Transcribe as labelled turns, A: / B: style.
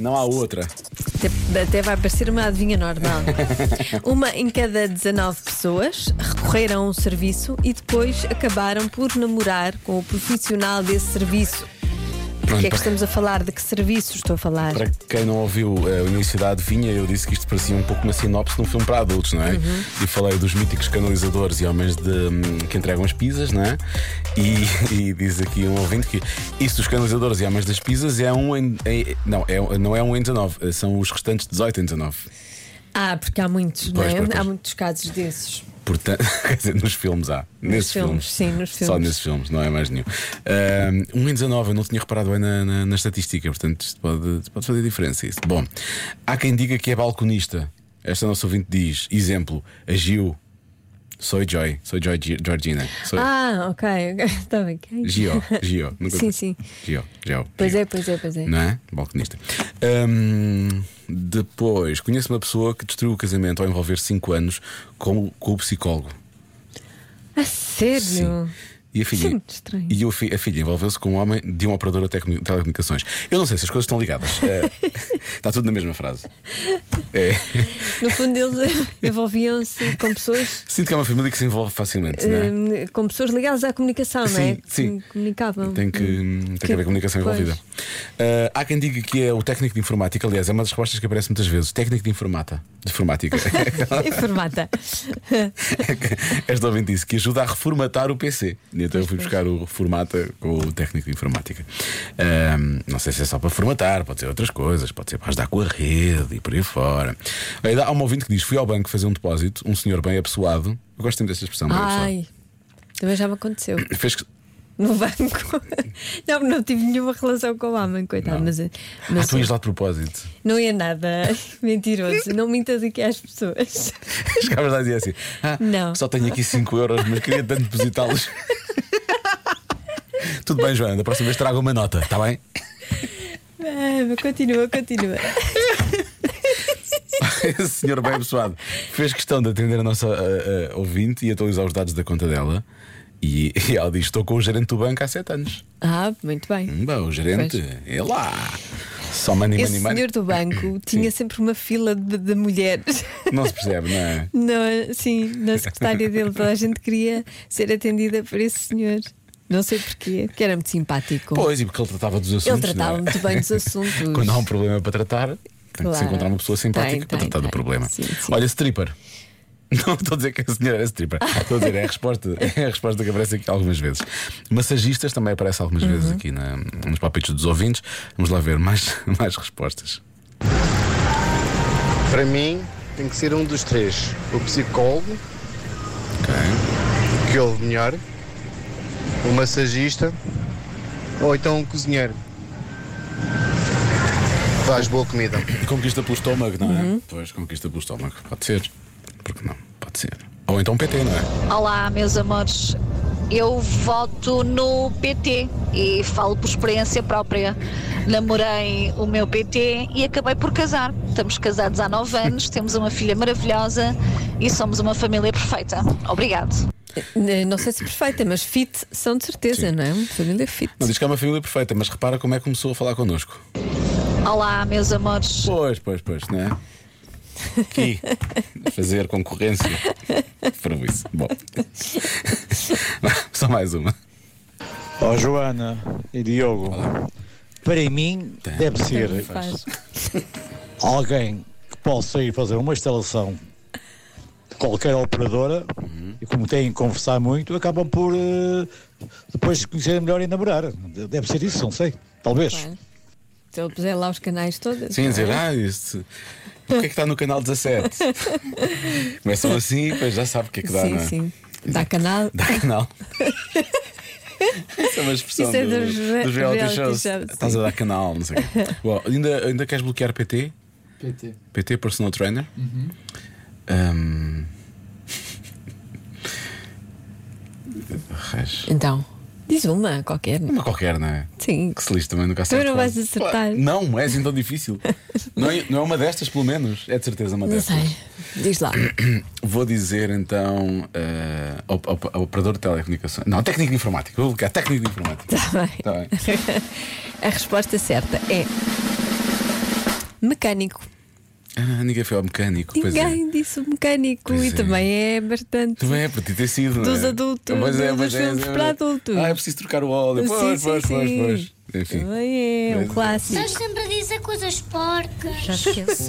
A: não há outra.
B: Até, Ah, até vai parecer uma adivinha normal. Uma em cada 19 pessoas recorreram a um serviço e depois acabaram por namorar com o profissional desse serviço. O que é que
A: para-
B: estamos a falar? De que serviço estou a falar?
A: Para quem não ouviu eh, a Universidade Vinha, eu disse que isto parecia um pouco uma sinopse de um filme para adultos, não é? E falei dos míticos canalizadores e homens de, hum, que entregam as pizzas, não é? E, e diz aqui um ouvinte que isso dos canalizadores e homens das pizzas é um em, em- não, é, não é um em 19, são os restantes 18 em 19.
B: Ah, porque há muitos,
A: Pois,
B: não é?
A: pois, pois.
B: Há muitos casos desses.
A: Portanto, quer dizer, nos filmes há. nesses
B: filmes,
A: filmes,
B: sim, nos
A: Só
B: filmes.
A: nesses filmes, não é mais nenhum. Ahm, Um em 19, eu não tinha reparado bem na, na- na estatística, portanto, isto pode, isto pode fazer diferença. Isso. Bom, há quem diga que é balconista. Esta nossa ouvinte diz: exemplo, agiu. Sou Joy, sou Joy Gi- Georgina. Sou
B: Ah, ok, ok, está bem. ok.
A: Gio, Gio. nunca-
B: Sim, sim.
A: Gio, Gio.
B: Pois
A: Gio.
B: é, pois é, pois é.
A: Não é? Balconista. Ahm, depois, conheço uma pessoa que destruiu o casamento ao envolver 5 anos com, com o psicólogo.
B: A sério?
A: Sim. E a
B: Isso é
A: filha,
B: muito estranho.
A: e o fi- a filha envolveu-se com um homem de uma operadora de tecno- telecomunicações. Eu não sei se as coisas estão ligadas. Eh, está tudo na mesma frase. É.
B: No fundo, eles envolviam-se com pessoas.
A: Sinto que é uma família que se envolve facilmente, não é?
B: eh, Com pessoas ligadas à comunicação, não é?
A: Sim, sim.
B: Que comunicavam.
A: Tem que, tem que
B: que-
A: haver comunicação
B: pois.
A: envolvida. Eh, há quem diga que é o técnico de informática, aliás, é uma das respostas que aparece muitas vezes. Técnico de informata, de informática.
B: Informata.
A: Esta ouvinte disse que ajuda a reformatar o PC. E então eu fui buscar o formata com o técnico de informática. Ahm, não sei se é só para formatar, pode ser outras coisas, pode ser para ajudar com a rede e por aí fora. Olha, Há um ouvinte que diz: fui ao banco fazer um depósito, um senhor bem apessoado. Eu gosto muito dessa expressão, bem apessoado.
B: Ai, também já me aconteceu.
A: Fez que.
B: No banco. Não, não tive nenhuma relação com o homem, coitado.
A: Não.
B: Mas,
A: Ah,
B: mas
A: tu ias lá de propósito.
B: não é nada mentiroso. Não mintas aqui é às pessoas.
A: Chegavas lá e dizia assim: ah,
B: Não.
A: só tenho aqui 5 euros, mas queria tanto depositá-los. Tudo bem, Joana, da próxima vez trago uma nota, está bem?
B: Ah, continua, continua.
A: Esse senhor bem pessoado fez questão de atender a nossa ah, ah, ouvinte e atualizar os dados da conta dela. E, e ela diz: Estou com o gerente do banco há 7 anos.
B: Ah, muito bem.
A: Hum, Bom, o gerente é lá. Só money,
B: Esse
A: money, money.
B: senhor do banco tinha sempre uma fila de, de mulheres.
A: Não se percebe, não é?
B: Não, sim, na secretária dele, toda a gente queria ser atendida por esse senhor. Não sei porquê, que era muito simpático.
A: Pois, e porque ele tratava dos assuntos.
B: Ele tratava
A: não é?
B: muito bem dos assuntos.
A: Quando há um problema para tratar, tem que se
B: Claro.
A: encontrar uma pessoa simpática
B: Tem,
A: para
B: tem,
A: tratar do
B: tem.
A: problema.
B: Sim, sim.
A: Olha, stripper. Não estou a dizer que a senhora é stripper. Estou a dizer, é a resposta, é a resposta que aparece aqui algumas vezes. Massagistas também aparece algumas vezes
B: Uhum.
A: aqui na- nos palpites dos ouvintes. Vamos lá ver mais, mais respostas.
C: Para mim, tem que ser um dos três: o psicólogo,
A: Ok.
C: que ouve melhor, o massagista ou então um cozinheiro. Faz boa comida.
A: E Conquista pelo estômago, não é?
B: Uhum.
A: Pois, conquista pelo estômago. Pode ser. Porque não? Pode ser. Ou então PT, não é?
D: Olá, meus amores. Eu voto no PT e falo por experiência própria. Namorei o meu PT e acabei por casar. Estamos casados há nove anos, temos uma filha maravilhosa e somos uma família perfeita. Obrigado.
B: Eh, Não sei se perfeita, mas fit são de certeza, não é? Uma família fit.
A: Não diz que é uma família perfeita, mas repara como é que começou a falar connosco.
D: Olá, meus amores.
A: Pois, pois, pois, não é? Aqui, fazer concorrência. Para isso. Bom. Só mais uma.
E: Ó Joana e Diogo, para mim deve ser
B: Faz.
E: alguém que possa ir fazer uma instalação de qualquer operadora e como têm que conversar muito, acabam por eh, depois se conhecerem melhor e namorar. De- Deve ser isso, não sei. Talvez.
B: Claro. Se ele puser lá os canais todos.
A: Sim, dizer, ah, isso. O que é que está no canal 17? Começam assim e depois já sabe o que é que dá,
B: sim,
A: não é?
B: sim. Dá canal.
A: Dá canal. Isso é uma expressão
B: Isso é
A: do-
B: dos re-
A: dos reality,
B: reality
A: shows.
B: shows,
A: Estás a dar canal, não sei o quê. Bom, ainda, ainda queres bloquear PT?
F: PT.
A: PT Personal Trainer. Ahm. Raios.
B: Então, diz uma qualquer.
A: Uma qualquer, não é?
B: Sim.
A: Que se lixe também nunca
B: Tu
A: acerta.
B: não vais acertar.
A: Não, é assim tão difícil. não, é, não é uma destas, pelo menos. É de certeza uma
B: Não
A: destas.
B: sei. Diz lá.
A: Vou dizer então eh, ao- ao- ao operador de telecomunicações. Não, técnico de Tá informática. Vou colocar
B: Tá
A: técnico de informática.
B: Está bem.
A: Tá bem.
B: A resposta certa é Mecânico.
A: Ah, ninguém foi ao mecânico. pois é.
B: Ninguém disse mecânico
A: Pois
B: e
A: é.
B: também é bastante.
A: Também é para ti ter sido.
B: Dos
A: não é?
B: adultos, dos filmes para adultos.
A: Ah, é preciso trocar o óleo. Pois,
B: Sim,
A: pois,
B: sim,
A: pois,
B: sim.
A: pois. Enfim.
B: Também é
A: Pois
B: um
A: é.
B: clássico.
F: Estás sempre a dizer coisas porcas.
G: Já esqueci.